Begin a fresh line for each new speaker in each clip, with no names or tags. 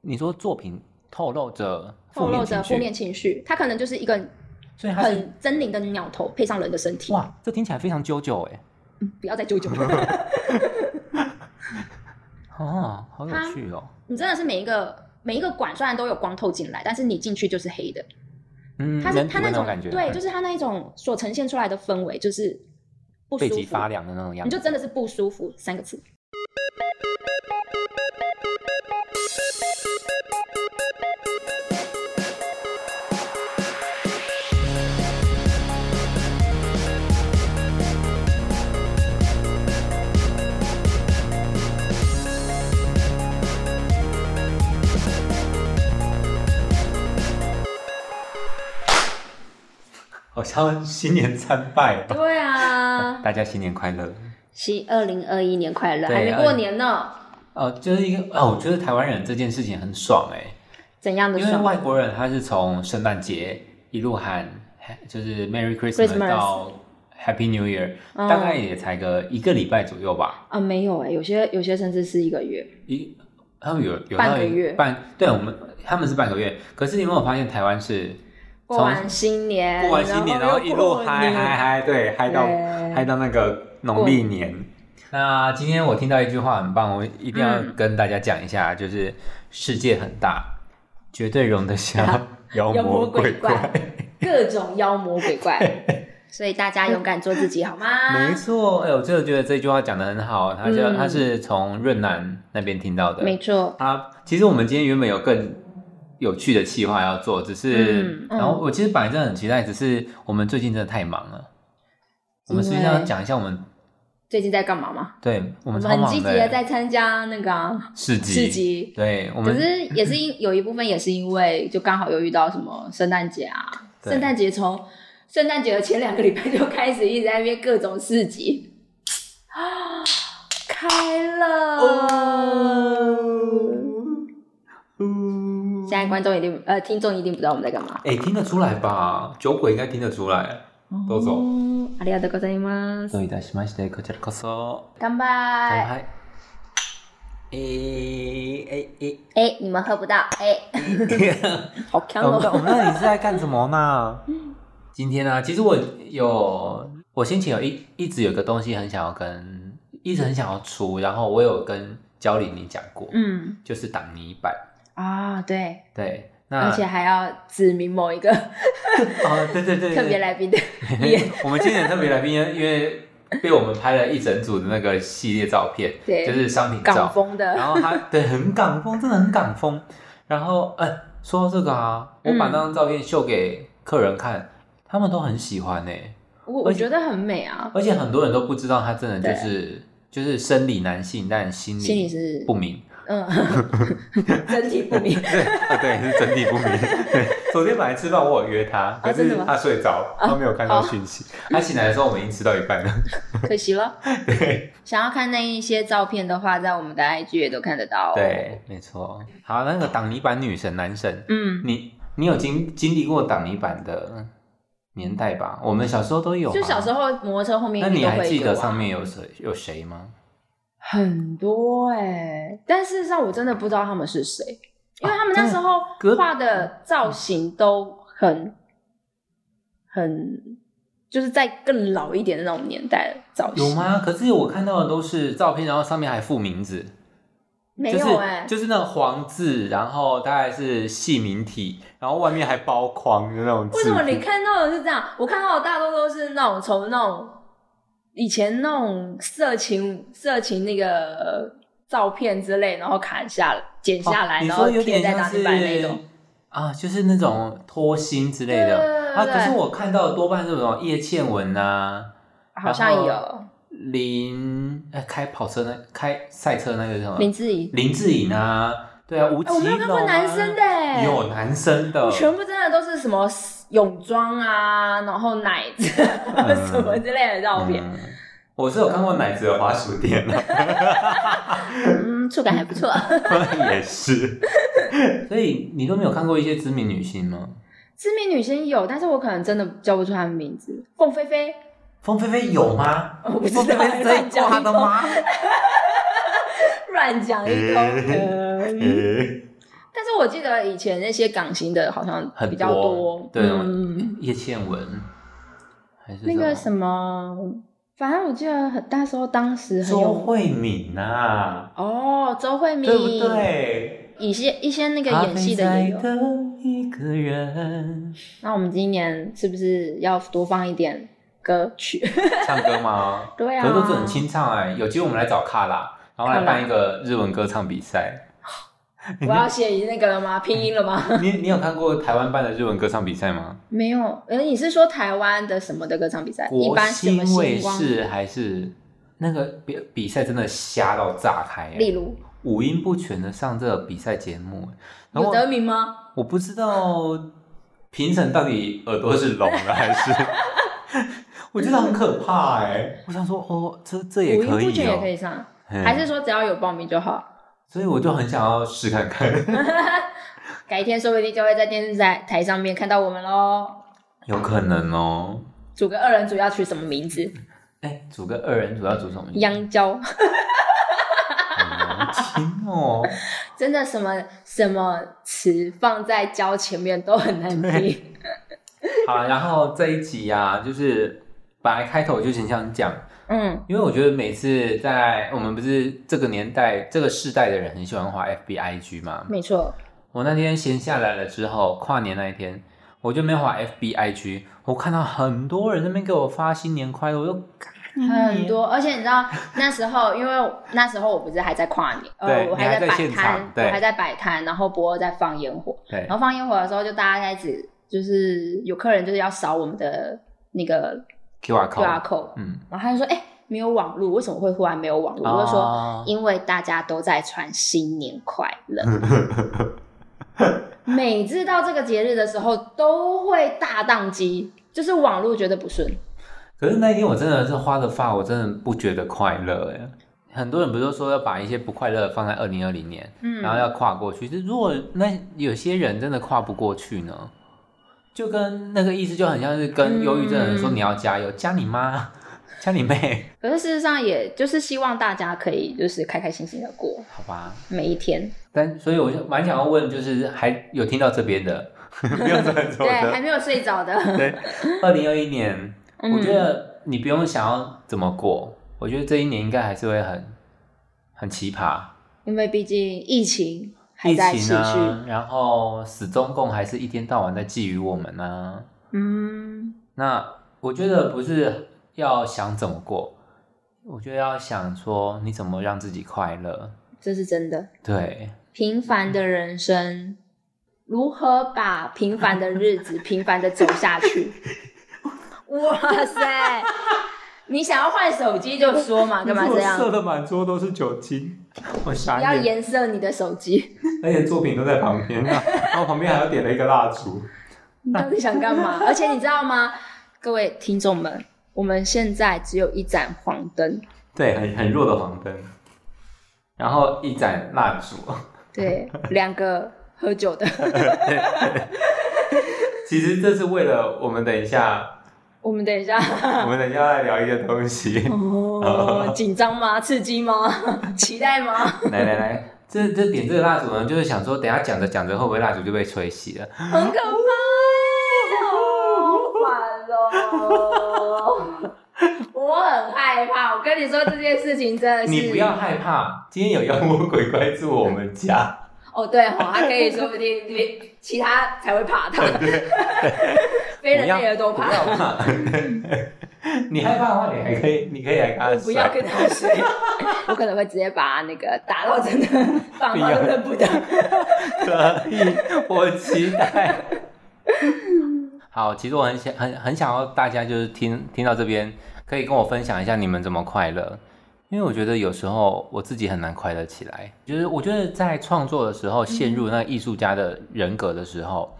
你说作品透露着
透露着
负
负面情绪，它可能就是一个
所以它是
很狰狞的鸟头配上人的身体，
哇，这听起来非常啾啾哎、
嗯不要再 纠结了。
啊，好有
它
趣哦。
你真的是每一个每一个馆虽然都有光透进来，但是你进去就是黑的。
嗯，
它是
人
它
体会
那
那
种
种感觉，
对，
嗯
就是它那一种所呈现出来的氛围就是不舒
背脊
服，
发凉的那种样
你
子。
就真的是不舒服三 个字。
好像新年参拜哦，
对啊，
大家新年快乐。
希二零二一年快乐，
对
还没过年呢，
呃，就是一个 哦，我觉得台湾人这件事情很爽哎、
怎样的
因为
爽？
外国人他是从圣诞节一路喊，就是 Merry Christmas
Christmas
到 Happy New Year，、
嗯
大概也才个一个礼拜左右吧。
啊，没有哎、有些有些甚至是一个月，
一他们有有
半
到
个
一
月嗯
半，对我们他们是半个月，可是你有没有发现台湾是
过完新年，
过完新年，然后一路嗨嗨嗨，对，嗨到
对
嗨到那个农历年。那今天我听到一句话很棒，我一定要
嗯
跟大家讲一下，就是世界很大，绝对容得 下妖
妖魔
魔
鬼
鬼
怪
怪。
各种妖魔鬼怪， 所以大家勇敢做自己好吗
没？错，哎，我真的觉得这句话讲的很好，他叫、
啊嗯
他是从润南那边听到的，
没错，
啊，其实我们今天原本有更有趣的计划要做，只是
嗯、嗯
然后我其实本来真的很期待，只是我们最近真的太忙了。我们实际上要讲一下我们
最近在干嘛吗？
对我
我
们
们
超
很
忙
积极的在参加那个啊
市集，
市集，
对我
可
们
是也是因有一部分也是因为就刚好又遇到什么圣诞节啊，
对
圣诞节从圣诞节的前两个礼拜就开始一直在约各种市集，啊，开了。哦
哦
现在观众一定呃，听众一定不知道我们在干嘛。
哎、听得出来吧？酒鬼应该听得出来。どうぞ
哦ありがとうございます。
どういたしまして、こちらこそ。
干
干
杯！
杯。诶诶诶，
哎，你们喝不到，哎， 好香
呃我们到
哦！
我们到底是在干什么 呢？今天呢、其实我有，我先前有一一直有个东西很想要跟，一直很想要出，然后我有跟焦玲你讲过，
嗯
就是挡泥板。
啊，对，
对，那
而且还要指明某一个
哦，对对对，对
特别 来宾的 脸，
我们今天的特别来宾，因为被我们拍了一整组的那个系列照片，
对
就是商品
港
照，
风的
然后他对很港风，真的很港风。然后，哎、说到这个啊，我把那张照片秀给客人看，他们都很喜欢呢、
我我觉得很美啊，
而且很多人都不知道他真的就是就是生理男性，但心理
心里是
嗯不明。
嗯，整体不明
对啊，对，是整体不明。 啊对，昨天本来吃饭我有约他，可
真
是
的吗
他睡着，他没有看到讯息。他醒来的时候，我们已经吃到一半了。
可惜了。
对
想要看那一些照片的话，在我们的 IG 也都看得到、哦。，
对，没错。好，那个挡泥板女神男神，
嗯，
你你有经经历过挡泥板的年代吧？我们小时候都有、啊，
就小时。候摩托车后面
那
一定
你
都
还
会
记
有、
得
啊、
上面有谁有谁吗？
很多哎、但事实上我真的不知道他们是谁，因为他们那时候
啊真的嗯
画的造型都很很。就是在更老一点的那种年代的造型，
有？吗？可是我看到的都是照片，然后上面还附名字。
没
就是
有哎、
就是那种黄字，然后大概是细明体，然后外面还包框的那种字。
为什么你看到的是这样？我看到的大多都是那种从那种以前那种色情色情那个呃照片之类，然后砍下来、剪下来，
哦你
然后
说有
贴
点
在
像
挡
是
泥板那种。
啊，就是那种拖星之类
对对
的
对
啊。
对
可是我看到的多半是什么叶倩文啊，
好像
然嗯
有
林呃开跑车那开赛车那个是什么
林志颖，
林志颖啊，对啊，吴奇
哎我
隆、
没
啊
有看过男生的欸
有啊男生的
我，全部真的都是什么泳装啊，然后奶子、
嗯
什么之类的照片，
嗯我是有看过奶子的滑鼠店啊。
嗯，触感还不错。
也是。所以你都没有看过一些知名女星吗？
知名女星有，但是我可能真的叫不出她们名字。凤飞飞，
凤飞飞有吗？
我不知道
凤飞飞是在挂的吗？哎
乱讲一通。
诶
呃
诶
但是我记得以前那些港型的好像
很
比较
多对啊
嗯，
叶倩文还是
那个什
么
么，反正我记得很那时候当时很
周
有
慧敏啊，
哦，周慧敏，
对不？对？
一些一些那个演戏的也有
咖啡。在一个人
那我们今年是不是要多放一点歌 曲？
唱歌吗？
对啊，
可是都是很清唱哎、有机会我们来找卡拉，然后来办一个日文歌唱比 赛。
我要写那个 了吗？拼音了吗？
你你有看过台湾办的日文歌唱比赛吗？
没有，呃，你是说台湾的什么的歌唱比赛？一
国
般什么
新卫
星光？
视还是那个比比赛真的瞎到炸开、
例
欸，
如
五音不全的上这个比赛节目、欸然
有
后
得名吗？
我不知道评审到底耳朵是聋了还是， 我觉得很可怕哎、我想说哦，这这也
五音
可以、哦，
不全也可以上，
嗯
还是说只要有报名就好？
所以我就很想要试看 看，
改天说不定就会在电视台台上面看到我们喽。
有可能哦。
组个二人组要取什么名字？
哎，组个二人组要组什么？
央交，
好轻哦，
真的什么什么词放在“交”前面都很难听。
好，然后这一集呀、就是本来开头我就很想讲，
嗯，
因为我觉得每次在我们不是这个年代这个世代的人很喜欢滑 FBIG 嘛，
没错，
我那天闲下来了之后，跨年那一天，我就没有滑 FBIG，我看到很多人在那边给我发新年快乐，我就嗯
很多。而且你知 道那时候，因为那时候我不是还在跨年，呃，
对
我
你还
在
在
摆
现
摊
场，对
我还在摆摊，然后博二在放烟火，
对
然后放烟火的时候，就大家开始就是有客人就是要扫我们的那个
QR
QR
code，
code，
嗯，
然后他就说：“哎、没有网络，为什么会忽然没有网络？”我就说：“
哦
因为大家都在传新年快 乐。每次到这个节日的时候，都会大宕机，就是网络觉得不顺。
可是那一天我真的是花了发，我真的不觉得快乐哎。很多人不是都说要把一些不快乐放在二零二零年，
嗯
然后要跨过去。就如果那有些人真的跨不过去呢，就跟那个意思就很像是跟忧郁症的人说
嗯
你要加油，加你妈， 加你妹，
可是事实上，也就是希望大家可以就是开开心心的过
好吧。
每一天。
但所以我就蛮想要问，就是还有听到这边的， 没有这么说
对，还
的。
没有睡着的。
哦对，二零二一年，
嗯
我觉得你不用想要怎么过，我觉得这一年应该还是会很很奇葩，
因为毕竟疫情还
疫
在持续。
情啊，然后死中共还是一天到晚在觊觎我们呢、
嗯，
那我觉得不是要想怎么过，我觉得要想说你怎么让自己快乐。
这是真的。
对，
平凡的人生，如何把平凡的日子平凡的走下 去？哇塞！你想要换手机就说嘛，干嘛这样？
的满桌都是酒精， 我
不
傻
要颜色你的手机，
而且作品都在旁 边，然后旁边还要点了一个蜡烛。
你 到底想干 嘛？而且你知道吗，各位听众们，我们现在只有一盏黄灯，
对，很很弱的黄灯，然后一盏蜡烛。
对，两个喝酒的，
其实这是为了我们等一 下，
我们等一下。
我们等一下来聊一些东西。
哦， 紧张吗？刺激吗？期待 吗？
来来来，这这点这个蜡烛呢，就是想说，等一下讲着讲着，会不会蜡烛就被吹熄了？
很可怕欸，好烦 哦！我很害怕，我跟你说这件事情真的是……
你不要害怕，今天有妖魔鬼怪住我们家，
哦，对哦，他可以说不定你其他才会怕他， 非人类的都
不
怕，
要怕。 你害怕的话，你还可以，你可以来跟他
不要
甩
跟他睡，我可能会直接把那个打到真的 放到都认不得。
可以，我期待。好，其实我很想很很想要大家就是听听到这边，可以跟我分享一下你们怎么快乐，因为我觉得有时候我自己很难快乐起来，就是我觉得在创作的时候陷入那个艺术家的人格的时候，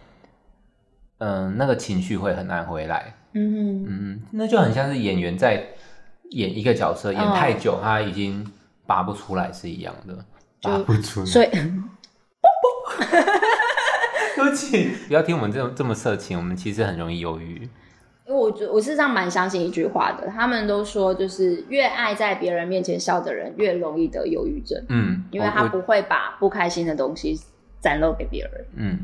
嗯、那个情绪会很难回来，
嗯，
嗯，那就很像是演员在演一个角色演
哦
太久，他已经拔不出来是一样的，
就
拔不出来，
所以
对不起， 不要听我们这种这么色情，我们其实很容易忧郁。
因为我觉我事实上蛮相信一句话的，他们都说就是越爱在别人面前笑的人，越容易得忧郁症。
嗯，
因为
我
他
我
不会把不开心的东西展露给别人，
嗯，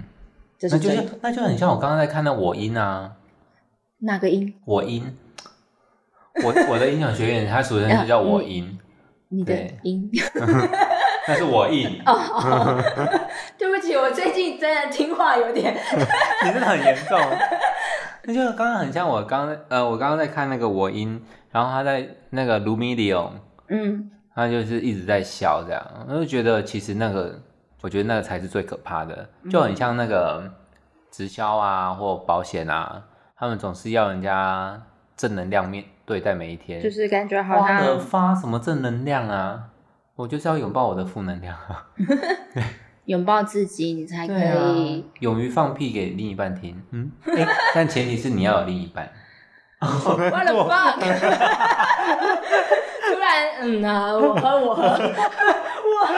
这
那
是
就
最
像那就很像我刚刚在看的我音啊，
哪个音？
我音，我我的音响学院它俗称就叫我 音，
你的
对
音？
那是我音，
哦哦， 对不起，我最近真的听话有点，
你真的很严重。啊那就刚刚很像我刚呃，我刚刚在看那个我音，然后他在那个 Lumilion，
嗯，
他就是一直在笑这样，我就觉得其实那个，我觉得那个才是最可怕的，就很像那个直销啊或保险啊，他们总是要人家正能量面对待每一天，
就是感觉好
花了
像
发什么正能量啊，我就是要拥抱我的负能量啊，
拥抱自己，你才可
对啊
以。，
勇于放屁给另一半听，嗯，诶但前提是你要有另一半。
What the fuck！突然，嗯啊，我喝，我喝，我喝。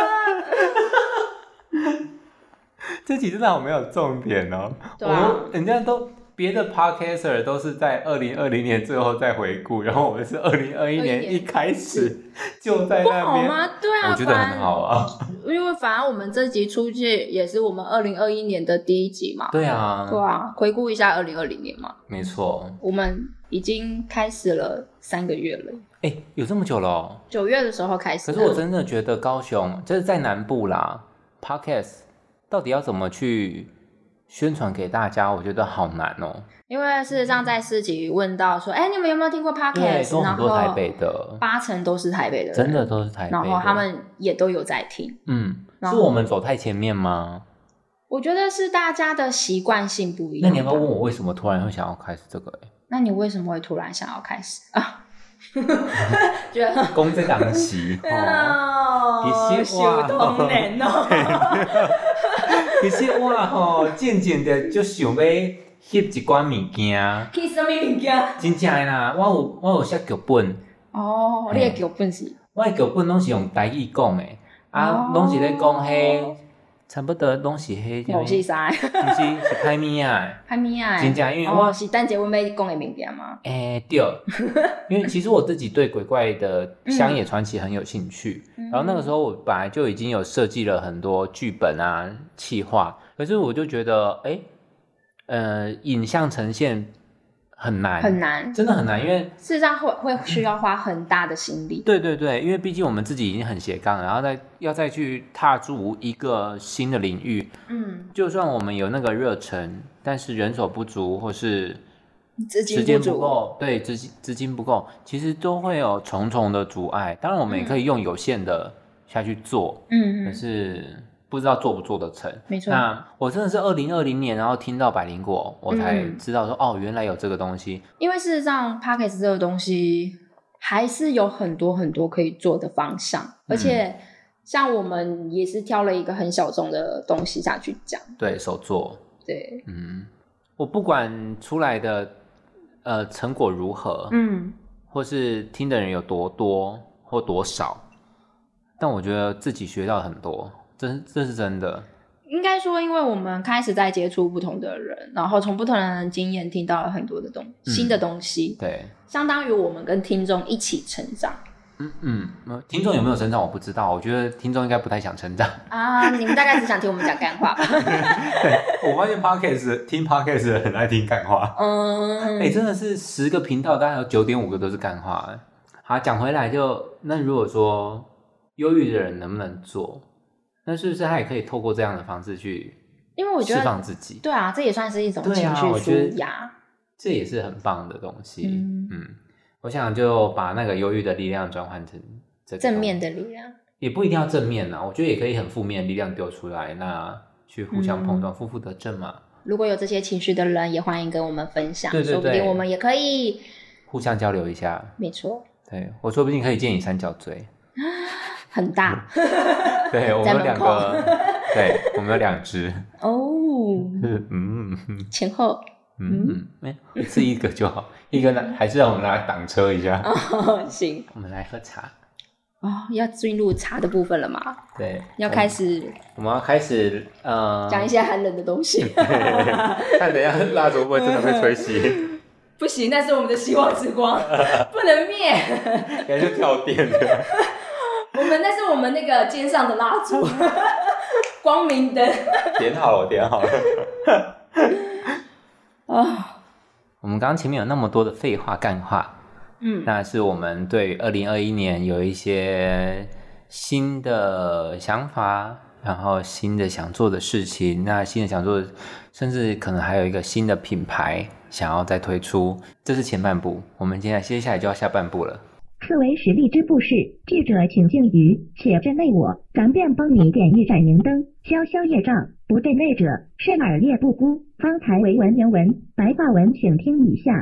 这集真的好没有重点哦。
对啊
我人家都别的 podcaster 都是在二零二零年最后再回顾，然后我们是二零二一年
年
一开始就在
不
那
好
边，
吗？对啊，
我觉得很好啊。
反正因为反正我们这集出去也是我们二零二一年的第一集嘛。
对啊，
对啊，回顾一下二零二零年嘛，
没错。
我们已经开始了三个月了，
哎、有这么久了哦、
九月的时候开始
可
的。
是我真的觉得高雄就是在南部啦，podcast 到底要怎么去宣传给大家？我觉得好难哦、
因为事实上在市集问到说，哎、你们有没有听过 podcast？
都
然
很
后
多台北的，
八成都是台北的人，
真的都是台北的。
然后他们也都有在听，
嗯，
然
是
后
我们走太前面吗？
我觉得是大家的习惯性不一样。
那你要不要问？我为什么突然会想要开始这个、欸？
那你为什么会突然想要开始啊？觉 得
公这档期
哦
其实我
当然 哦，
其实我吼渐渐的就想要翕一寡物件，
去什么物件？
真正的啦，我有我有写剧本，
哦，你的剧本是
我的剧本拢是用台语讲的，啊
哦，
拢、是咧讲迄，差不多拢是迄、
我是啥？
不是是歹物啊，
还咪啊？
真正因为我
哦，是单节我妹讲的物件吗？
诶、对，因为其实我自己对鬼怪的乡野传奇很有兴趣，
嗯
然后那个时候我本来就已经有设计了很多剧本啊、企划，可是我就觉得，哎、呃，影像呈现很难，
很难，
真的很难，因为
事实上会会需要花很大的心力。
对对对，因为毕竟我们自己已经很斜杠了，然后再要再去踏足一个新的领域，
嗯，
就算我们有那个热忱，但是人手不足或是
资
时
金
间
不
不
足，
够，对，资金资金不够，其实都会有重重的阻碍。当然，我们也可以用有限的下去做，
嗯
可
嗯，
是不知道做不做得成。
没错。
那我真的是二零二零年，然后听到百灵果，我才
嗯
知道说、哦，原来有这个东西。
因为事实上 p o c k e t 这个东西还是有很多很多可以做的方向，而且像我们也是挑了一个很小众的东西下去讲，
对手做，
对，
嗯，我不管出来的呃成果如何，
嗯，
或是听的人有多多或多少，但我觉得自己学到很多，这是这是真的。
应该说，因为我们开始在接触不同的人，然后从不同的人经验听到了很多的东新的东西，
对，
相当于我们跟听众一起成长
嗯嗯，呃听众有没有成长我不知道，我觉得听众应该不太想成长。
啊。你们大概只想听我们讲干话吧？
我发现 podcast 听 podcast 的很爱听干话，
嗯，
哎、真的是十个频道，大概有九点五个都是干话、哎好，讲回来就那如果说忧郁的人能不能做，那是不是他也可以透过这样的方式去
因为我觉
释
得，
放自己？
对啊，这也算是一种
对
情
啊
绪
我觉得
舒压。
这也是很棒的东西。
嗯
嗯我想就把那个忧郁的力量转换成这个
正面
东西，
的力量。
也不一定要正面啦，我觉得也可以很负面的力量丢出来，那去互
嗯
相碰撞，负负得正嘛。
如果有这些情绪的人，也欢迎跟我们分享，
对对
说不
对
定我们也可以。
互相交流一下。
没错，
对我说不定可以借你三角锥，
很大
对我
在
们有
门
两
口
个， 对我们有两只，
哦，
嗯嗯
前后
嗯，没一次一个就好，一个拿还是让我们拿来挡车一下。
哦， 行
我们来喝茶，
哦，要进入茶的部分了嘛？
对，
要开始
我们，我们要开始，呃，
讲一些寒冷的东西，
看等一下蜡烛会不会真的被吹熄，
不行，那是我们的希望之 光，不能灭。
感觉就跳电了。
我们那是我们那个肩上的蜡烛， 光明 灯
点好了，我点 好了。
啊，
我们刚刚前面有那么多的废话干话，
嗯，
那是我们对二零二一年有一些新的想法，然后新的想做的事情，那新的想做的，甚至可能还有一个新的品牌想要再推出，这是前半部。我们接下来接下来就要下半部了。
此为实力之不是，智者请敬于，且阵内我，咱便帮你点一盏明灯，消消业障。不对内者，是耳业不孤。方才为文言文，白话文请听以下。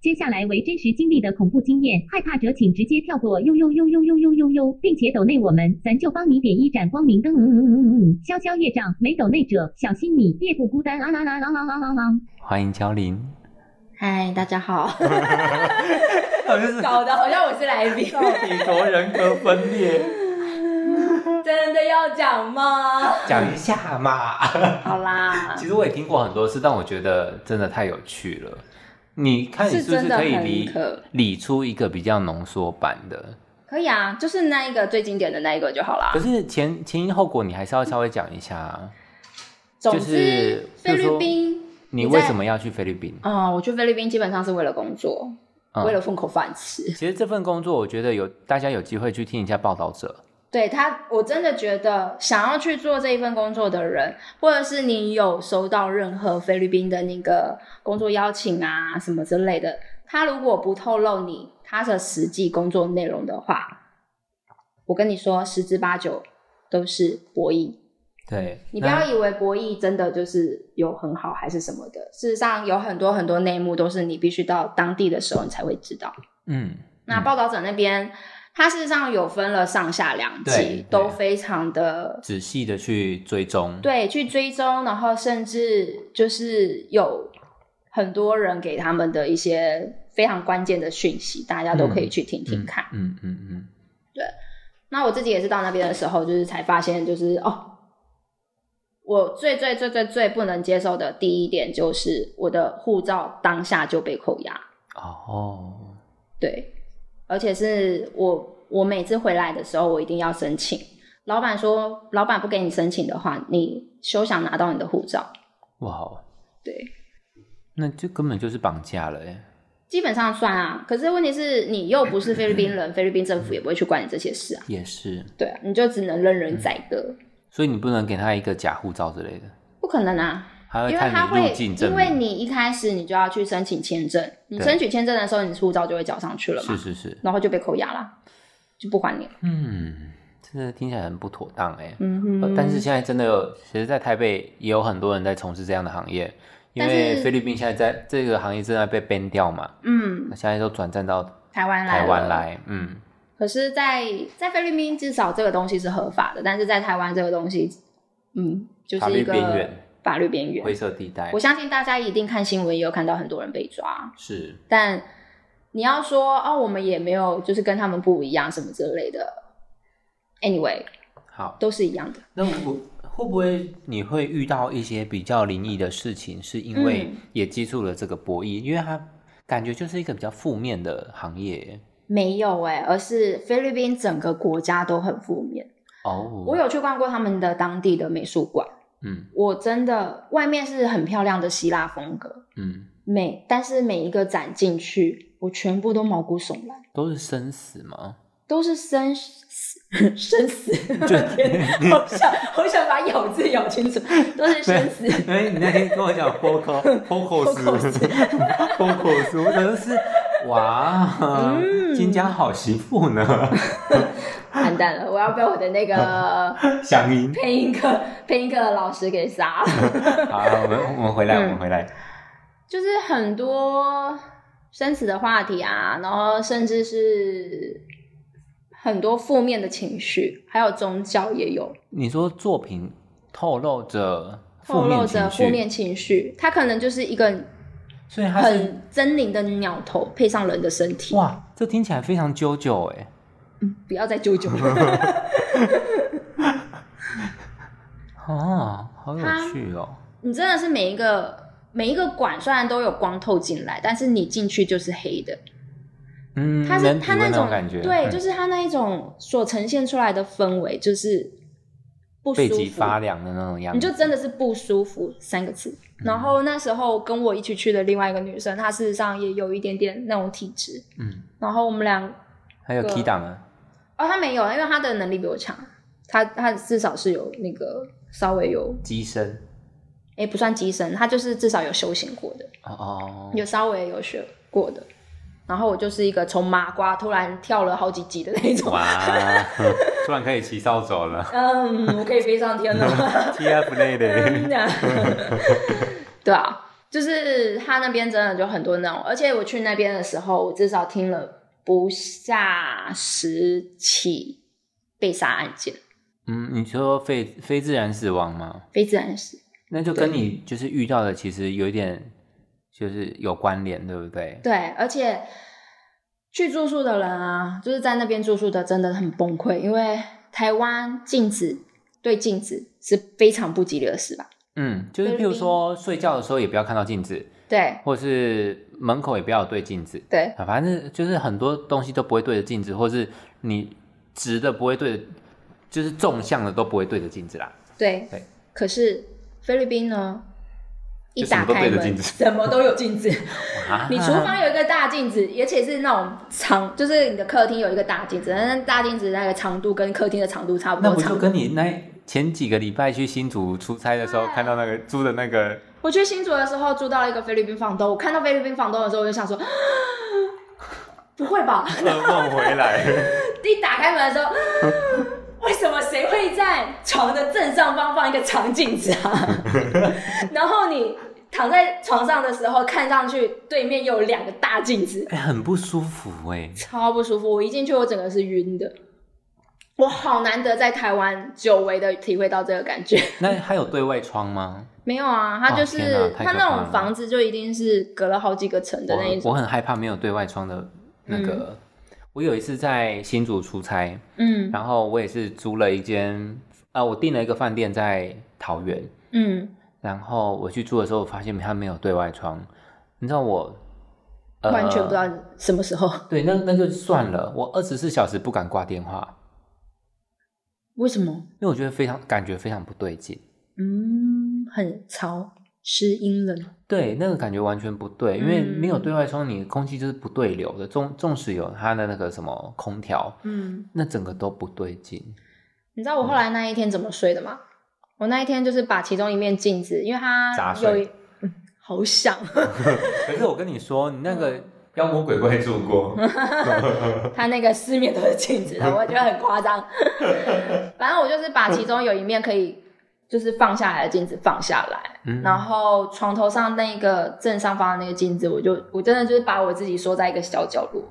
接下来为真实经历的恐怖经验，害怕者请直接跳过。呦呦呦呦呦呦呦呦，并且抖内我们，咱就帮你点一盏光明灯。嗯嗯嗯嗯嗯，消消业障。没抖内者，小心你夜不孤单。啊啦啦啦啦啦啦啦。
欢迎焦林，
嗨，大 家好，
好像是
搞得好像我是来 宾，
底多人格分裂，
真的要讲吗？
讲一下嘛。
好啦，
其实我也听过很多次，但我觉得真的太有趣了。你看，你
是
是不
真
是
的
可以
很
理
可
理出一个比较浓缩版的？
可以啊，就是那一个最经典的那一个就好啦
可。是前前因后果你还是要稍微讲一下啊。
总
就是
之，菲
譬如说
律宾，
你
你
为
在
什么要去菲律宾？
啊、我去菲律宾基本上是为了工作，
嗯
为了混口饭吃。
其实这份工作，我觉得有大家有机会去听一下报道者，
对他，我真的觉得想要去做这一份工作的人，或者是你有收到任何菲律宾的那个工作邀请啊什么之类的，他如果不透露你他的实际工作内容的话，我跟你说十之八九都是博弈。
对，
嗯你不
那
要以为博弈真的就是有很好还是什么的，事实上有很多很多内幕都是你必须到当地的时候你才会知道。
嗯，
那
嗯
报道者那边，它事实上有分了上下两
对
季，都
对
非常的
仔细的去追踪，，
对去追踪，然后甚至就是有很多人给他们的一些非常关键的讯息，大家都可以去听听看。
嗯嗯嗯
那我自己也是到那边的时候，就是才发现，就是哦，我最最最最最不能接受的第一点就是我的护照当下就被扣押。
嗯，哦，
对，而且是我我每次回来的时候，我一定要申请。老板说，老板不给你申请的话，你休想拿到你的护照。
哇哦，
对，
那这根本就是绑架了耶，
基本上算啊。可是问题是你又不是菲律宾人，菲律宾政府也不会去管你这些事啊。
也是，
对啊，你就只能任人宰割，
所以你不能给他一个假护照之类的，
不可能啊，
他
因
会
为他
看你
会
入境，证明，
因为你一开始你就要去申请签证，你
对
申请签证的时候，你护照就会交上去了嘛，
是是是，
然后就被扣押了，就不还你了。
嗯，真的听起来很不妥当哎、
嗯
呃
哼，
但是现在真的有，其实，在台北也有很多人在从事这样的行业，因
但是
为菲律宾现在在这个行业正在被 ban 掉嘛，
嗯，
现在都转战到
台湾来
台湾
了
来，嗯，
可是在，在菲律宾至少这个东西是合法的，但是在台湾这个东西，嗯，就是一个
法律边缘
法律边缘
灰色地带
我相信大家一定看新闻也有看到很多人被抓，
是，
但你要说哦，我们也没有就是跟他们不一样什么之类的，anyway
好，
都是一样的。
那我会不会你会遇到一些比较灵异的事情，是因为
嗯
也接触了这个博弈，因为它感觉就是一个比较负面的行业
没有哎、而是菲律宾整个国家都很负面。
哦，
我有去逛过他们的当地的美术馆，
嗯
我真的外面是很漂亮的希腊风格，
嗯，
每但是每一个展进去，我全部都毛骨悚然，
都是生死吗？
都是生死 生死，我 天，好想好想把咬字咬清楚，都是生死。
哎，你那天跟我 讲 focus focus focus，我真的是哇，
嗯
金家好媳妇呢，
完蛋了，我要被我的那个
想赢。
配音课配音课的老师给杀了。
好，我们我们回来，
嗯
我们回来。
就是很多生死的话题啊，然后甚至是很多负面的情绪，还有宗教也有。
你说作品透露着负
透露
面
着
情
负面
绪，
情绪，它可能就是一个
所以它是
很狰狞的鸟头配上人的身体，嗯
哇，这听起来非常啾啾哎。
不要 再揪揪了。
啊，好有趣哦！
你真的是每一个每一个馆虽然都有光透进来，但是你进去就是黑的。
嗯，
它是
能体
它
会那
种
感觉，
对，
嗯
就是它那一种所呈现出来的氛围，就是不
背
舒
脊
服，
发凉的那种样
你
子，
就真的是不舒服三个字。然后那时候跟我一起去的另外一个女生，她事实上也有一点点那种体质。
嗯，
然后我们俩，
还有
个
key 档啊，
哦，她没有，因为她的能力比我强，她她至少是有那个稍微有，
机身，
哎，不算机身，她就是至少有修行过的，
哦哦，
有稍微有学过的。然后我就是一个从麻瓜突然跳了好几级的那种，
哇， 突然可以骑扫帚了
嗯，我可以飞上天了。
，TF 类的，
真的， 对啊，就是他那边真的就很多那种，哦而且我去那边的时候，我至少听了不下十起被杀案件，
嗯，你说非非自然死亡吗？
非自然死。
那就跟你就是遇到的其实有一点就是有关联，对不对？
对，而且去住宿的人啊，就是在那边住宿的，真的很崩溃，因为台湾禁止对禁止是非常不吉利的事吧？
嗯，就是
菲律
譬如
宾
说睡觉的时候也不要看到镜子，
对
或是门口也不要有对镜子，
对，
啊，反正就是很多东西都不会对着镜子，或是你直的不会对着，就是纵向的都不会对着镜子啦。
对，
对
可是菲律宾呢，一
就什
打
么都
开
对着
门，
镜子
什么都有镜子。
啊
你厨房有一个大镜子，而且是那种长，就是你的客厅有一个大镜子，那大镜子那个长度跟客厅的长度差不
那
多
不
长
就。跟你那前几个礼拜去新竹出差的时候
对
看到那个租的那 个，
我去新竹的时候住到了一个菲律宾房东，我看到菲律宾房东的时候，我就想说，啊 不会吧？
噩梦回来，
一打开门的时候。啊 为什么谁会在床的正上方放一个长镜子啊？ 然后你躺在床上的时候，看上去对面又有两个大镜子，
哎、很不舒服哎、
超不舒服。我一进去，我整个是晕的。我好难得在台湾久违的体会到这个感觉。
那还有对外窗吗？
没有啊，它就
哦天
是、
哪太
它
可怕
那种
了
房子就一定是隔了好几个层的那一
我
种。
我很害怕没有对外窗的那个。我有一次在新竹出差，
嗯
然后我也是租了一间，啊，我订了一个饭店在桃园，
嗯，
然后我去住的时候，我发现它没有对外窗，你知道我、呃
完全不知道什么时候。
对，那那就算了，我二十四小时不敢挂电话，
为什么？
因为我觉得非常感觉非常不对劲。
嗯，很潮，湿阴冷。
对，那个感觉完全不对，因为
嗯
没有对外窗，你空气就是不对流的。纵纵使有它的那个什么空调，
嗯，
那整个都不对劲。
你知道我后来那一天怎么睡的吗？我那一天就是把其中一面镜子，因为它
砸
有
碎
一，嗯好响。
可是我跟你说，你那个妖魔鬼怪住过，
他那个四面都是镜子的，我觉得很夸张。反正我就是把其中有一面可以就是放下来的镜子放下来，
嗯
然后床头上那个正上方的那个镜子，我就我真的就是把我自己缩在一个小角落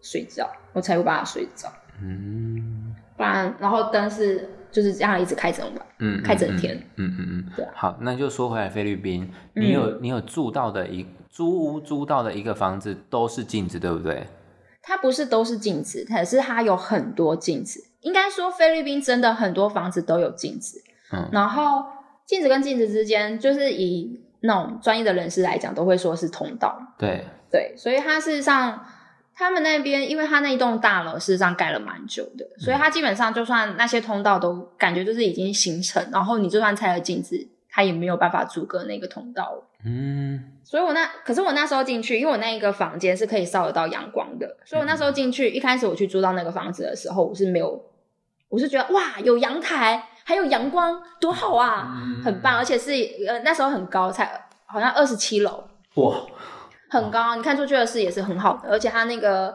睡觉，我才会把它睡着。
嗯
不然，然后灯是就是这样一直开整晚，
嗯，
开整天。
嗯，嗯嗯嗯，
对啊
好，那就说回来菲律宾，
嗯
你有、你有住到的一租屋租到的一个房子都是镜子，对不对？
它不是都是镜子，可是它有很多镜子。应该说菲律宾真的很多房子都有镜子，
嗯
然后镜子跟镜子之间，就是以那种专业的人士来讲，都会说是通道。
对，
对，所以它事实上，他们那边，因为它那一栋大楼事实上盖了蛮久的，所以它基本上就算那些通道都感觉就是已经形成，然后你就算拆了镜子，它也没有办法阻隔那个通道了。
嗯
所以我那可是我那时候进去，因为我那一个房间是可以照得到阳光的，所以我那时候进去，一开始我去租到那个房子的时候，我是没有，我是觉得哇，有阳台，还有阳光，多好啊！
嗯
很棒，而且是呃那时候很高，才好像二十七楼，
哇，
很
哦
高，你看出去的视野是很好的，而且它那个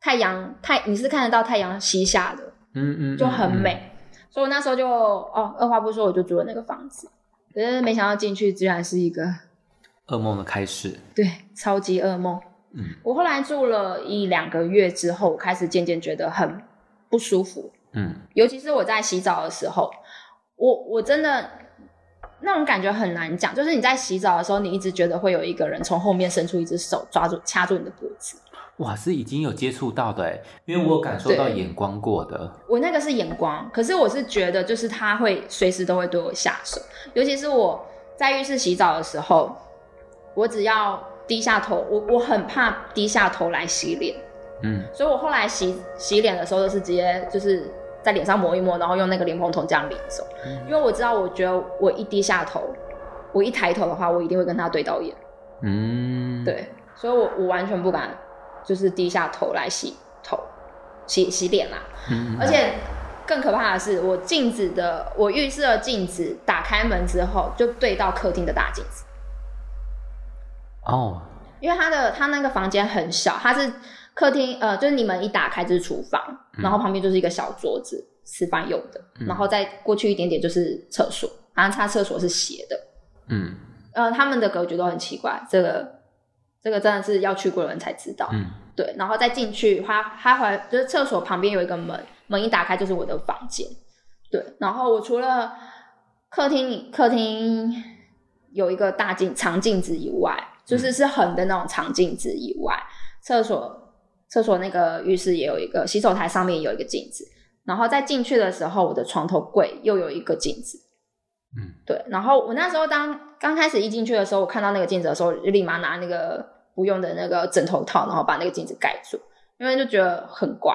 太阳太你是看得到太阳西下的，
嗯嗯，
就很美。所以我那时候就哦，二话不说我就租了那个房子，可是没想到进去居然是一个
嗯，嗯噩梦的开始，
对超级噩梦。
嗯
我后来住了一两个月之后，我开始渐渐觉得很不舒服，
嗯
尤其是我在洗澡的时候，我我真的那种感觉很难讲，就是你在洗澡的时候，你一直觉得会有一个人从后面伸出一只手抓住掐住你的脖子，
哇，是已经有接触到的哎，因为我有感受到
对
眼光过的，
我那个是眼光，可是我是觉得就是他会随时都会对我下手，尤其是我在浴室洗澡的时候，我只要低下头，我我很怕低下头来洗脸，
嗯
所以我后来洗洗脸的时候都是直接就是在脸上抹一抹，然后用那个莲蓬头这样淋走。
嗯
因为我知道，我觉得我一低下头，我一抬头的话，我一定会跟他对到眼。
嗯，，
对，所以我我完全不敢，就是低下头来洗头、洗洗脸啦、
嗯
而且更可怕的是，我镜子的我浴室的镜子打开门之后，就对到客厅的大镜子，
哦，
因为他的他那个房间很小，他是客厅呃，就是你门一打开就是厨房，然后旁边就是一个小桌子吃饭用的，
嗯
然后再过去一点点就是厕所，嗯然后他厕所是斜的，
嗯
呃，他们的格局都很奇怪，这个这个真的是要去过的人才知道。
嗯
对，然后再进去，他他还就是厕所旁边有一个门，门一打开就是我的房间。对，然后我除了客厅客厅有一个大镜长镜子以外，就是是横的那种长镜子以外，厕所厕所那个浴室也有一个，洗手台上面有一个镜子，然后再进去的时候，我的床头柜又有一个镜子。
嗯，
对，然后我那时候当刚开始一进去的时候，我看到那个镜子的时候，我就立马拿那个不用的那个枕头套，然后把那个镜子盖住，因为就觉得很怪。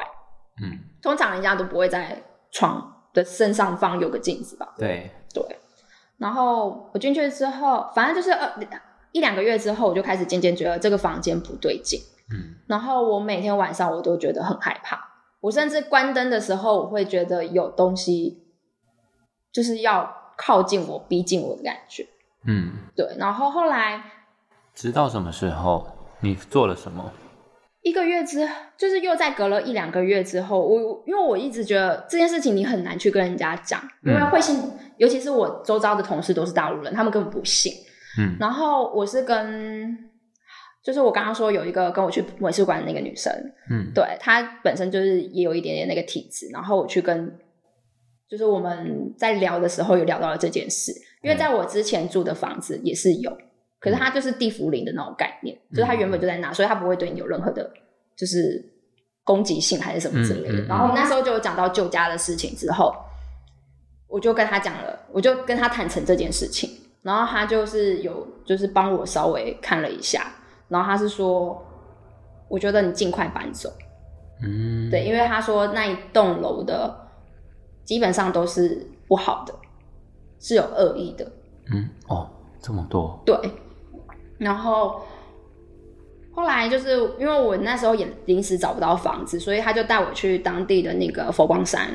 嗯，
通常人家都不会在床的身上方有个镜子吧？
对，
对。然后我进去之后，反正就是呃一两个月之后，我就开始渐渐觉得这个房间不对劲。
嗯
然后我每天晚上我都觉得很害怕，我甚至关灯的时候，我会觉得有东西就是要靠近我、逼近我的感觉。
嗯，
对，然后后来
直到什么时候？你做了什么？
一个月之，就是又再隔了一两个月之后，我因为我一直觉得这件事情你很难去跟人家讲，因为
嗯
会信，尤其是我周遭的同事都是大陆人，他们根本不信。
嗯
然后我是跟，就是我刚刚说有一个跟我去美术馆的那个女生，
嗯
对她本身就是也有一点点那个体质，然后我去跟，就是我们在聊的时候有聊到了这件事，
嗯
因为在我之前住的房子也是有，可是它就是地茯苓的那种概念，就是它
嗯
原本就在那，所以它不会对你有任何的，就是攻击性还是什么之类
嗯
的。
嗯嗯
然后我们那时候就有讲到旧家的事情之后，我就跟他讲了，我就跟他坦诚这件事情，然后他就是有就是帮我稍微看了一下，然后他是说，我觉得你尽快搬走。
嗯，
对，因为他说那一栋楼的基本上都是不好的，是有恶意的，
嗯哦，这么多，
对。然后后来就是因为我那时候也临时找不到房子，所以他就带我去当地的那个佛光山，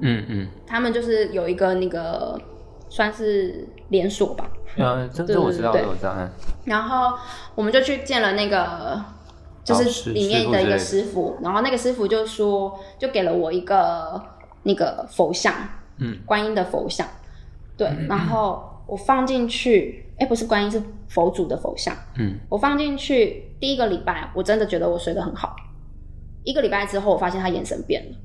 嗯嗯，
他们就是有一个那个算是连锁吧，
呃，这
对
这我知道，
对
这我知道，嗯
然后我们就去见了那个，就
老
是
师
里面
师傅
的
之类
一个
的
师傅，然后那个师傅就说，就给了我一个那个佛像，
嗯
观音的佛像，对，然后我放进去，哎，不是观音，是佛祖的佛像，
嗯
我放进去第一个礼拜，我真的觉得我睡得很好，一个礼拜之后，我发现他眼神变了。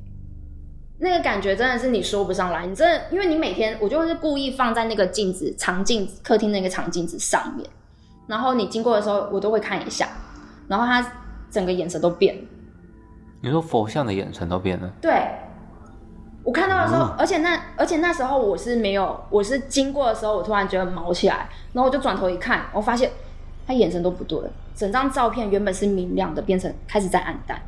那个感觉真的是你说不上来，你真的，因为你每天我就是故意放在那个镜子长镜子客厅那个长镜子上面，然后你经过的时候我都会看一下，然后他整个眼神都变了。
你说佛像的眼神都变了，
对，我看到的时候，
嗯
而且那而且那时候我是没有，我是经过的时候，我突然觉得毛起来，然后我就转头一看，我发现他眼神都不对了，整张照片原本是明亮的，变成开始在暗淡。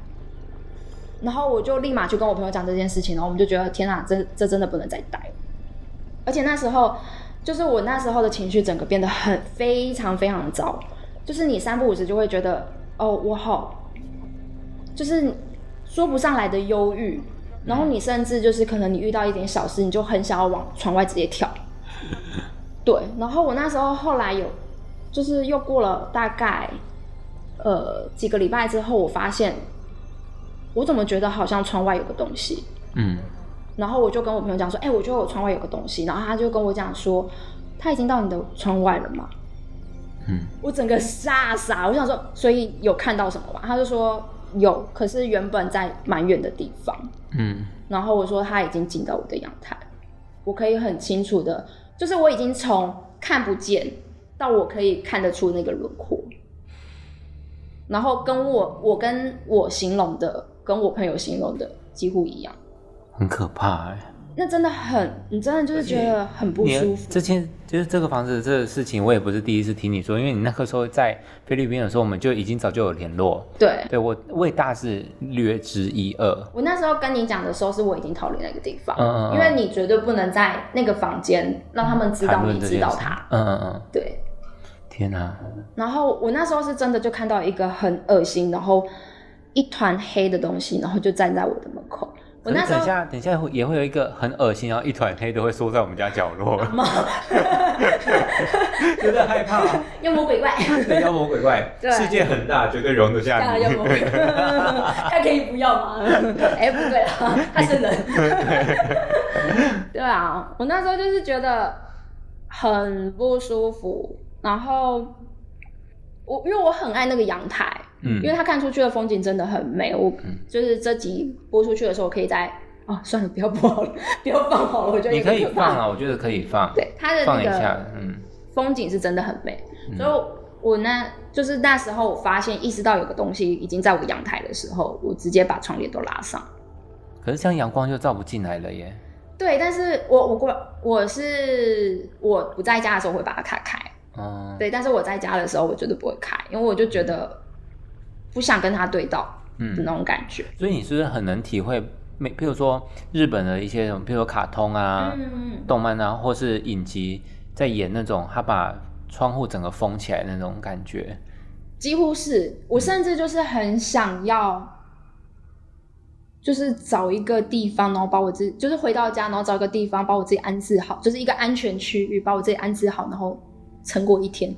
然后我就立马去跟我朋友讲这件事情，然后我们就觉得天哪，这这真的不能再待了。而且那时候，就是我那时候的情绪整个变得很非常非常糟，就是你三不五时就会觉得，哦，我好，就是说不上来的忧郁，然后你甚至就是可能你遇到一点小事，你就很想要往窗外直接跳。对，然后我那时候后来有，就是又过了大概呃几个礼拜之后，我发现我怎么觉得好像窗外有个东西，
嗯
然后我就跟我朋友讲说，哎、我觉得我窗外有个东西，然后他就跟我讲说，他已经到你的窗外了嘛，
嗯
我整个傻傻，我想说，所以有看到什么吗？他就说有，可是原本在蛮远的地方，
嗯
然后我说他已经进到我的阳台，我可以很清楚的，就是我已经从看不见到我可以看得出那个轮廓，然后跟我我跟我形容的，跟我朋友形容的几乎一样。
很可怕哎，
那真的很，你真的就是觉得很不
你
舒服。
这件就是这个房子的这个事情，我也不是第一次听你说，因为你那个时候在菲律宾的时候，我们就已经早就有联络。
对，
对我，我也大致略知一二。
我那时候跟你讲的时候，是我已经逃离那个地方，
嗯嗯嗯
因为你绝对不能在那个房间让他们知道
谈论
你
这
知
件
道
事
他。
嗯嗯嗯，
对，
天哪、
然后我那时候是真的就看到一个很恶心，然后一团黑的东西，然后就站在我的门口。我
可是
那时
等一
候
下，等一下会也会有一个很恶心，然后一团黑都会缩在我们家角 落，有点害怕、 啊
妖 魔鬼怪，
对，妖魔鬼怪
对，
世界很大，绝对容得下
当然
你
妖。魔鬼怪，他可以不要吗？哎，不对啦，他是人。 对啊，我那时候就是觉得很不舒服，然后我因为我很爱那个阳台，
嗯
因为它看出去的风景真的很美。我
嗯
就是这集播出去的时候，我可以在哦，算了，不要播好了，不要放好了，我觉得
你
有点
可以
怕
放啊，我觉得可以放，
对它的
放
那
一下
个，
嗯
风景是真的很美，
嗯
所以我那就是那时候我发现意识到有个东西已经在我阳台的时候，我直接把窗帘都拉上。
可是这样阳光就照不进来了耶。
对，但是我我过我是我不在家的时候会把它开开，
嗯，
对，但是我在家的时候我绝对不会开，因为我就觉得不想跟他对到的
嗯，
那种感觉。
所以你是不是很能体会每，譬如说日本的一些什么，譬如说卡通啊、
嗯，
动漫啊，或是影集，在演那种他把窗户整个封起来的那种感觉。
几乎是我甚至就是很想要。就是找一个地方，然后把我自己，就是回到家，然后找一个地方把我自己安置好，就是一个安全区域，把我自己安置好，然后撑过一天，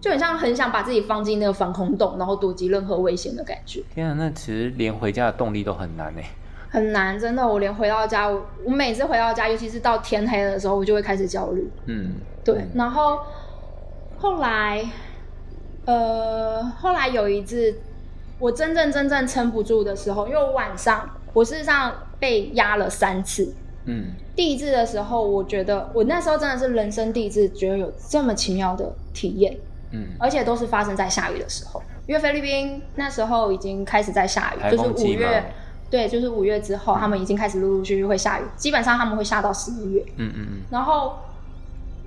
就很像很想把自己放进那个防空洞，然后躲及任何危险的感觉。
天啊，那其实连回家的动力都很难哎。
很难，真的。我连回到家，我我每次回到家，尤其是到天黑的时候，我就会开始焦虑。
嗯，
对，
嗯
然后后来，呃，后来有一次，我真正真正撑不住的时候，因为我晚上我事实上被压了三次。
嗯，
第一次的时候，我觉得我那时候真的是人生第一次觉得有这么奇妙的体验，
嗯，
而且都是发生在下雨的时候，因为菲律宾那时候已经开始在下雨，
台
就是
风
五
季嘛，
月。对，就是五月之后，他们已经开始陆陆续续会下雨，基本上他们会下到十一月。
嗯嗯嗯，
然后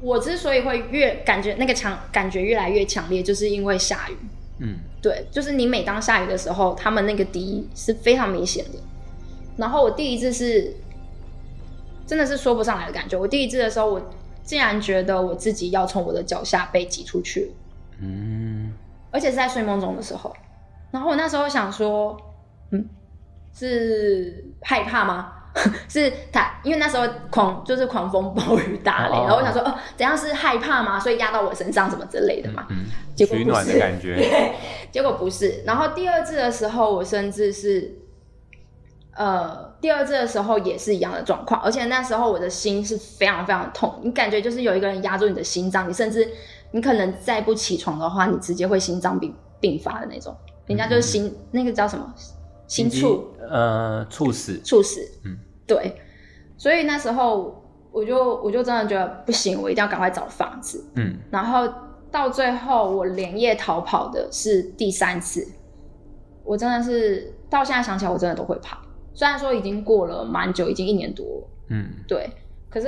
我之所以会越感觉那个强感觉越来越强烈，就是因为下雨。
嗯，
对，就是你每当下雨的时候，他们那个敌意是非常明显的。然后我第一次是真的是说不上来的感觉，我第一次的时候，我竟然觉得我自己要从我的脚下被挤出去了。
嗯，
而且是在睡梦中的时候。然后我那时候想说，嗯，是害怕吗？ 是他，因为那时候狂就是狂风暴雨打雷，
哦哦哦
然后我想说，哦，怎样是害怕吗？所以压到我身上什么之类的嘛。
嗯，
结果
取
不
暖的
是
感 觉。
对，结果不是。然后第二次的时候，我甚至是，呃，第二次的时候也是一样的状况，而且那时候我的心是非常非常痛，你感觉就是有一个人压住你的心脏，你甚至你可能再不起床的话，你直接会心脏病病发的那种，人家就是心、那个叫什么心猝
呃猝死，
猝死。
嗯，
对，所以那时候我就我就真的觉得不行，我一定要赶快找房子。
嗯，
然后到最后我连夜逃跑的是第三次，我真的是到现在想起来我真的都会怕，虽然说已经过了蛮久，已经一年多了，
嗯
对，可是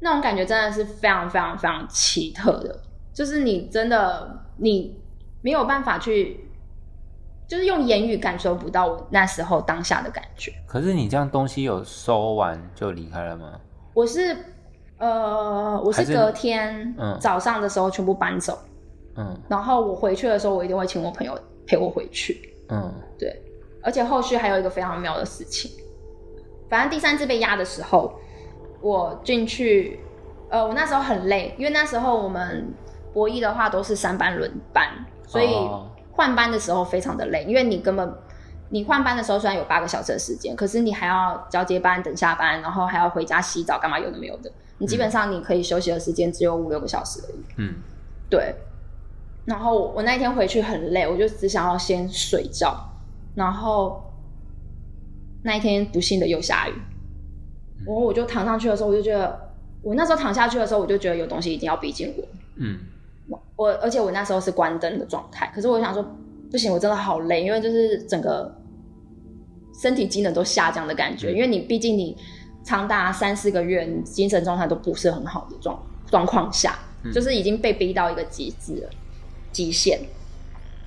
那种感觉真的是非常非常非常奇特的，就是你真的你没有办法去。就是用言语感受不到我那时候当下的感觉。
可是你这样东西有收完就离开了吗？
我是，呃，我
还
是
是
隔天
嗯
早上的时候全部搬走，
嗯
然后我回去的时候，我一定会请我朋友陪我回去。
嗯
对，而且后续还有一个非常妙的事情，反正第三次被压的时候，我进去，呃，我那时候很累，因为那时候我们博弈的话都是三班轮班，所以
哦
换班的时候非常的累，因为你根本。你换班的时候虽然有八个小时的时间，可是你还要交接班、等下班，然后还要回家洗澡，干嘛有的没有的。你基本上你可以休息的时间只有五六个小时而已。
嗯
对，然后我我那一天回去很累，我就只想要先睡觉，然后那一天不幸的又下雨，然后我就躺上去的时候，我就觉得我那时候躺下去的时候，我就觉得有东西一定要逼近我，
嗯
我而且我那时候是关灯的状态，可是我想说不行，我真的好累，因为就是整个身体机能都下降的感觉，
嗯
因为你毕竟你长达三四个月，你精神状态都不是很好的状状况下，
嗯
就是已经被逼到一个极致了，极限。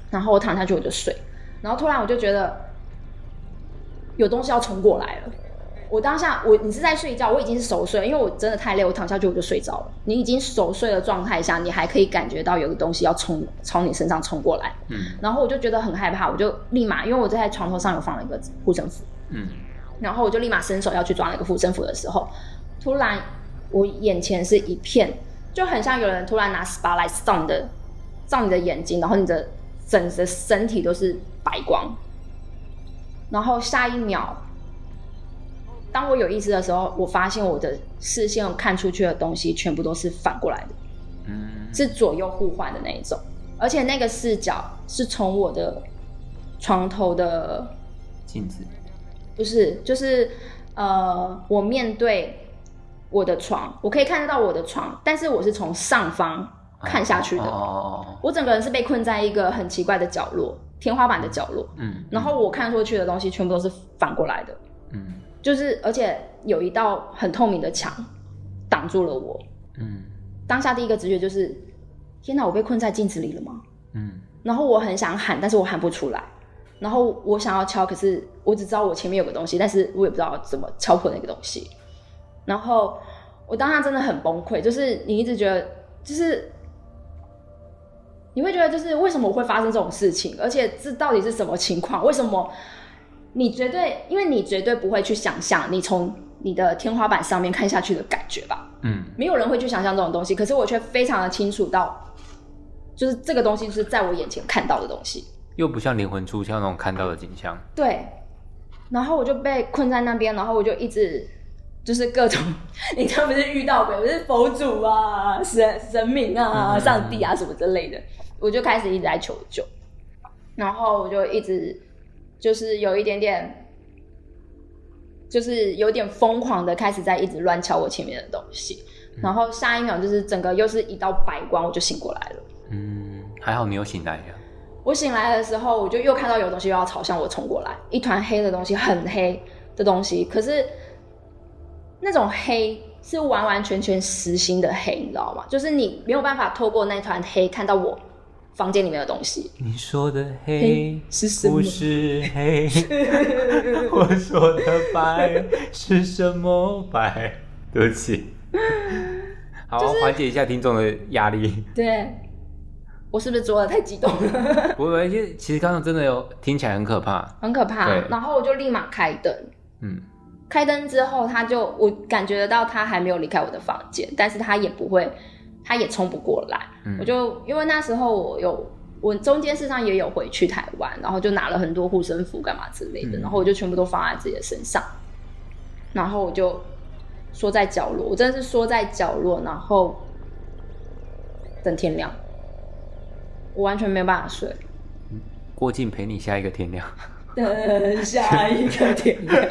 然后我躺下去我就睡，然后突然我就觉得有东西要冲过来了。我当下我你是在睡觉，我已经是熟睡了，因为我真的太累，我躺下去我就睡着了。你已经熟睡的状态下，你还可以感觉到有个东西要冲从你身上冲过来，
嗯
然后我就觉得很害怕，我就立马因为我在床头上有放了一个护身符，
嗯
然后我就立马伸手要去抓那个护身符的时候，突然我眼前是一片，就很像有人突然拿 SPA 来照你的照你的眼睛，然后你的整个身体都是白光，然后下一秒，当我有意识的时候，我发现我的视线看出去的东西全部都是反过来的。
嗯，
是左右互换的那一种，而且那个视角是从我的床头的，
镜子，
不是，就是呃，我面对我的床，我可以看得到我的床，但是我是从上方看下去的，
哦哦嗯哦哦，
我整个人是被困在一个很奇怪的角落，天花板的角落，
嗯，
然后我看过去的东西全部都是反过来的，
嗯
就是而且有一道很透明的墙挡住了我，
嗯
当下第一个直觉就是，天哪，我被困在镜子里了吗？
嗯
然后我很想喊，但是我喊不出来。然后我想要敲，可是我只知道我前面有个东西，但是我也不知道怎么敲破那个东西。然后我当下真的很崩溃，就是你一直觉得，就是你会觉得，就是为什么我会发生这种事情，而且这到底是什么情况？为什么你绝对，因为你绝对不会去想象你从你的天花板上面看下去的感觉吧？
嗯
没有人会去想象这种东西，可是我却非常的清楚到，就是这个东西是在我眼前看到的东西。
又不像灵魂出窍那种看到的景象，
对，然后我就被困在那边，然后我就一直就是各种， 你这不是遇到鬼，我是佛祖啊、神神明啊、
嗯
上帝啊什么之类的，我就开始一直在求救，然后我就一直就是有一点点，就是有点疯狂的开始在一直乱敲我前面的东西，
嗯
然后下一秒就是整个又是一道白光，我就醒过来了。
嗯，还好你有醒来呀，
我醒来的时候，我就又看到有东西又要朝向我冲过来，一团黑的东西，很黑的东西。可是那种黑是完完全全实心的黑，你知道吗？就是你没有办法透过那团黑看到我房间里面的东西。
你说的黑
黑是什么
不是黑，我说的白是什么白？对不起，好，缓解一下听众的压力。
对，我是不是做的太激动了？
不会，其实其实刚刚真的有听起来很可怕。
很可怕
对。
然后我就立马开灯，
嗯
开灯之后，他就我感觉得到他还没有离开我的房间，但是他也不会，他也冲不过来。
嗯，
我就因为那时候我有我中间事实上也有回去台湾，然后就拿了很多护身符干嘛之类的，
嗯
然后我就全部都放在自己的身上，然后我就缩在角落，我真的是缩在角落，然后等天亮，我完全没有办法睡。
郭靖陪你下一个天亮。
等下一个天亮，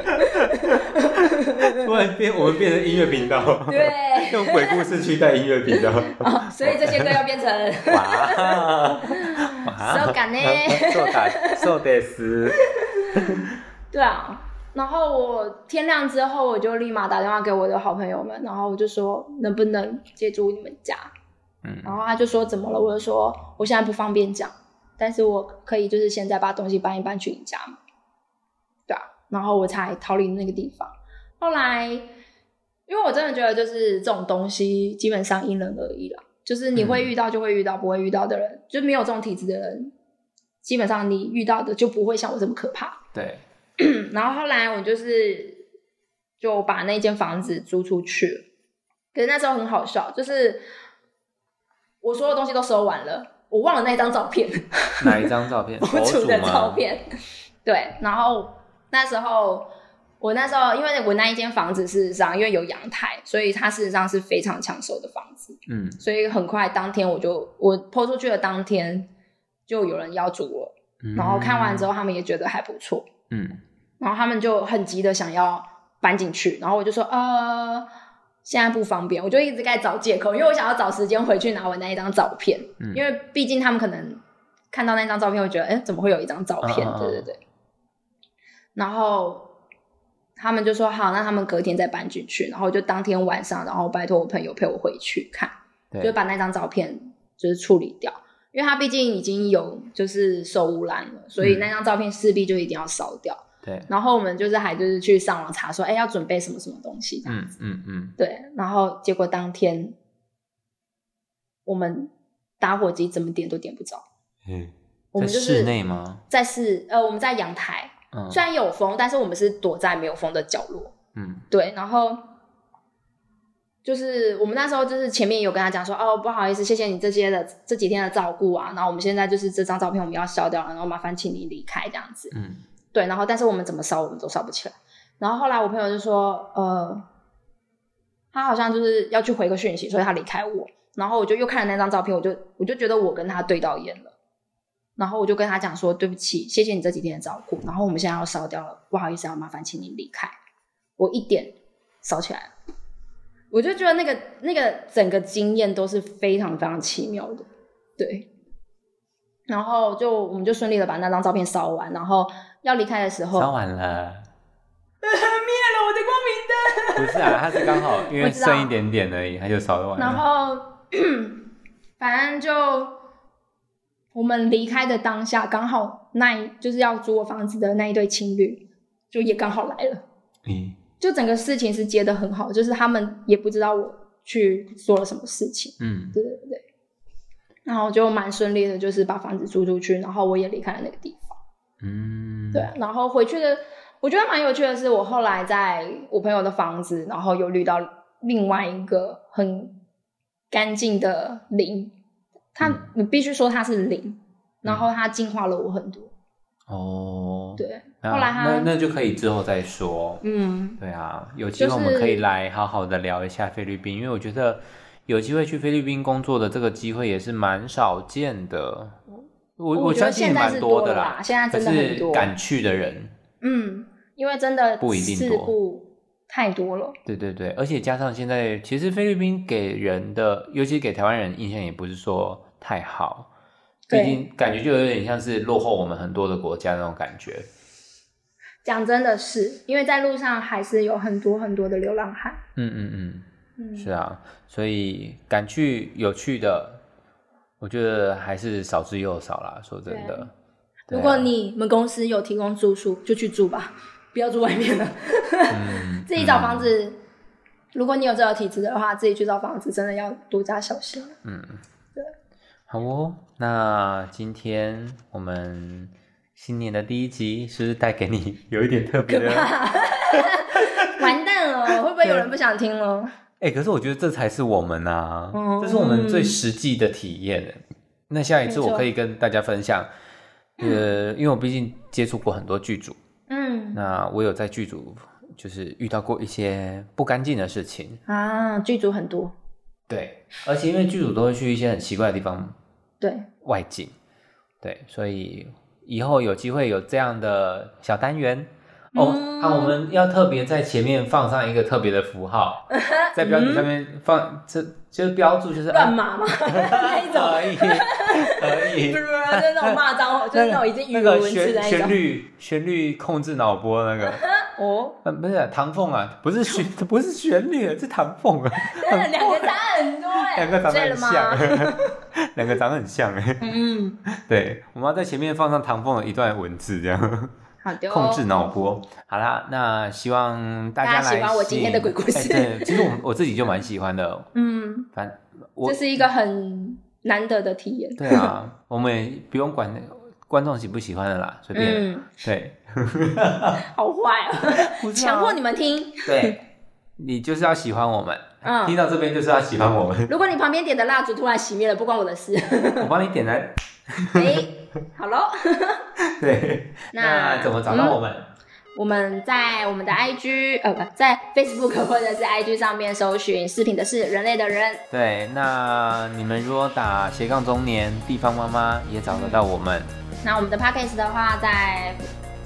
突然变，我们变成音乐频道，
对
用鬼故事取代音乐频道。
哦，所以这些歌要变成
哇，
手感呢
受感受得死。
对啊，然后我天亮之后，我就立马打电话给我的好朋友们，然后我就说能不能借住你们家？
嗯
然后他就说怎么了？我就说我现在不方便讲，但是我可以就是现在把东西搬一搬去你家嘛，对啊，然后我才逃离那个地方。后来，因为我真的觉得就是这种东西基本上因人而异啦，就是你会遇到就会遇到，不会遇到的人就没有这种体质的人，基本上你遇到的就不会像我这么可怕。
对，
嗯然后后来我就是就把那间房子租出去了，可是那时候很好笑，就是我所有东西都收完了，我忘了那张照片，
哪一张照片？
我主的
佛祖吗
照。片。对，然后那时候我那时候因为我那一间房子事实上因为有阳台，所以它事实上是非常抢手的房子，
嗯，
所以很快当天我就我抛出去的当天就有人要租我，
嗯
然后看完之，后他们也觉得还不错，
嗯
然后他们就很急的想要搬进去，然后我就说呃，现在不方便，我就一直在找借口，因为我想要找时间回去拿我那一张照片，
嗯，
因为毕竟他们可能看到那张
嗯
照片会觉得，哎，怎么会有一张照片？
嗯嗯嗯
对对对。然后他们就说好，那他们隔天再搬进去，然后就当天晚上，然后拜托我朋友陪我回去看，就
对，
把那张照片就是处理掉，因为他毕竟已经有就是受污染了，所以
嗯
那张照片势必就一定要烧掉。
对，
然后我们就是还就是去上网查说，哎，要准备什么什么东西这样。
嗯嗯嗯，
对，然后结果当天我们打火机怎么点都点不着，
嗯，
我
在
们就是
室内吗？
在室呃我们在阳台，
嗯
虽然有风，但是我们是躲在没有风的角落。
嗯
对，然后就是我们那时候就是前面有跟他讲说，哦，不好意思，谢谢你这些的这几天的照顾啊，然后我们现在就是这张照片我们要烧掉了，然后麻烦请你离开这样子。
嗯
对，然后但是我们怎么烧我们都烧不起来。然后后来我朋友就说，呃，他好像就是要去回个讯息，所以他离开我。然后我就又看了那张照片，我就我就觉得我跟他对到眼了。然后我就跟他讲说，对不起，谢谢你这几天的照顾。然后我们现在要烧掉了，不好意思啊，麻烦请你离开。我一点烧起来了，我就觉得那个那个整个经验都是非常非常奇妙的，对。然后就我们就顺利的把那张照片烧完，然后要离开的时候，
烧完了，
了我的光明灯。
不是啊，它是刚好因为
我知道
剩一点点而已，它就烧完了。
然后 反正就我们离开的当下，刚好那一就是要租我房子的那一对情侣，就也刚好来了。
嗯，
就整个事情是接的很好，就是他们也不知道我去做了什么事情，
嗯
对对对。然后就蛮顺利的，就是把房子租出去，然后我也离开了那个地方。
嗯，
对啊，然后回去的，我觉得蛮有趣的是，我后来在我朋友的房子，然后有遇到另外一个很干净的灵，它、
嗯
你必须说它是灵，然后它净化了我很多。
哦，
对，
那，
后来他
那那就可以之后再说。
嗯，
对啊，有机会
就
我
是
们可以来好好的聊一下菲律宾，因为我觉得有机会去菲律宾工作的这个机会也是蛮少见的。我
我觉
相
得
信
现在
蛮
是多
的
了
啦
吧，，现在
可
真的很
是
多。
敢去的人，
嗯，因为真的
不一定
事
多
故太多了。
对对对，而且加上现在其实菲律宾给人的，尤其给台湾人印象也不是说太好，毕
对
竟感觉就有点像是落后我们很多的国家那种感觉。
讲真的是，因为在路上还是有很多很多的流浪汉。
嗯嗯嗯。
嗯，
是啊，所以敢去有趣的，我觉得还是少之又少啦。说真的，对
如果
啊
你们公司有提供住宿，就去住吧，不要住外面了。
嗯
自己找房，子，如果你有这个体质的话，自己去找房子真的要多加小心。
嗯，嗯好哦。那今天我们新年的第一集，是不是带给你有一点特别
可
的？
怕，完蛋了，会不会有人不想听了？
哎、可是我觉得这才是我们啊，
哦
这是我们最实际的体验。那下一次
没错
我可以跟大家分享，呃，因为我毕竟接触过很多剧组，
嗯
那我有在剧组就是遇到过一些不干净的事情，
啊，剧组很多，
对，而且因为剧组都会去一些很奇怪的地方
对，
外景，对，所以以后有机会有这样的小单元。哦，
嗯
啊，我们要特别在前面放上一个特别的符 号，在标题上面放，这就是标注，就是
嗯乱
啊
码 嘛，那一种，
可以，可以
不，是就是那种骂 脏话，就是那种已经语
啊那
无
个
伦次
旋
的那一
旋
种。
律旋律控制脑波那个，
哦，
呃，不是唐凤啊，不是旋，不是旋律，是唐凤啊，
真的两个差很多哎，
两个长得
醉
很
了吗？
像， 两个长得很像哎。
嗯，
对，我们要在前面放上唐凤的一段文字，这样
好的哦。
控制脑波。好啦，那希望大
大
家
家
来
喜欢我今天的鬼故事
吸引哎对，其实我我自己就蛮喜欢的，
嗯，
反我
这是一个很难得的体验。
对 啊，我们也不用管观众喜不喜欢的啦，随便。
嗯，
对，
好坏啊，
不是啊
强迫你们听。
对，你就是要喜欢我们，
嗯
听到这边就是要喜欢我们。
如果你旁边点的蜡烛突然熄灭了，不关我 的事。
我帮你点燃。
哎，好喽，
对，
那
怎么找到
嗯
我们？
我们在我们的 IG 呃不在 Facebook 或者是 IG 上面搜寻“视频的是人类的人
对，那你们如果打斜杠中年地方妈妈也找得到我们。”。
那我们的 Podcast 的话，在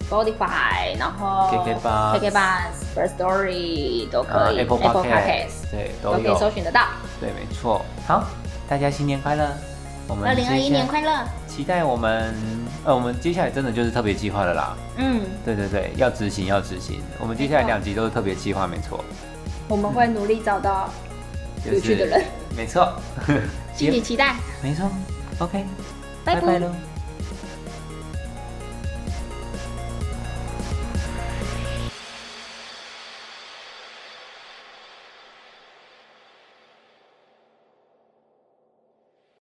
Spotify，然后
KKBOX
KK Bus、First Story 都
呃
可以
Apple
Podcast
Podcast 对
都
都
可以
有，
搜寻得到。
对，没错。好，大家新年快乐，我们
二零二
接
一
下
年快乐！
期待我们，呃，我们接下来真的就是特别计划了啦。
嗯，
对对对，要执行要执行。我们接下来两集都是特别计划，没错。
我们会努力找到
就是
有趣的人，
没错，
敬请期待，
没错。OK，
拜
拜
拜。
喽。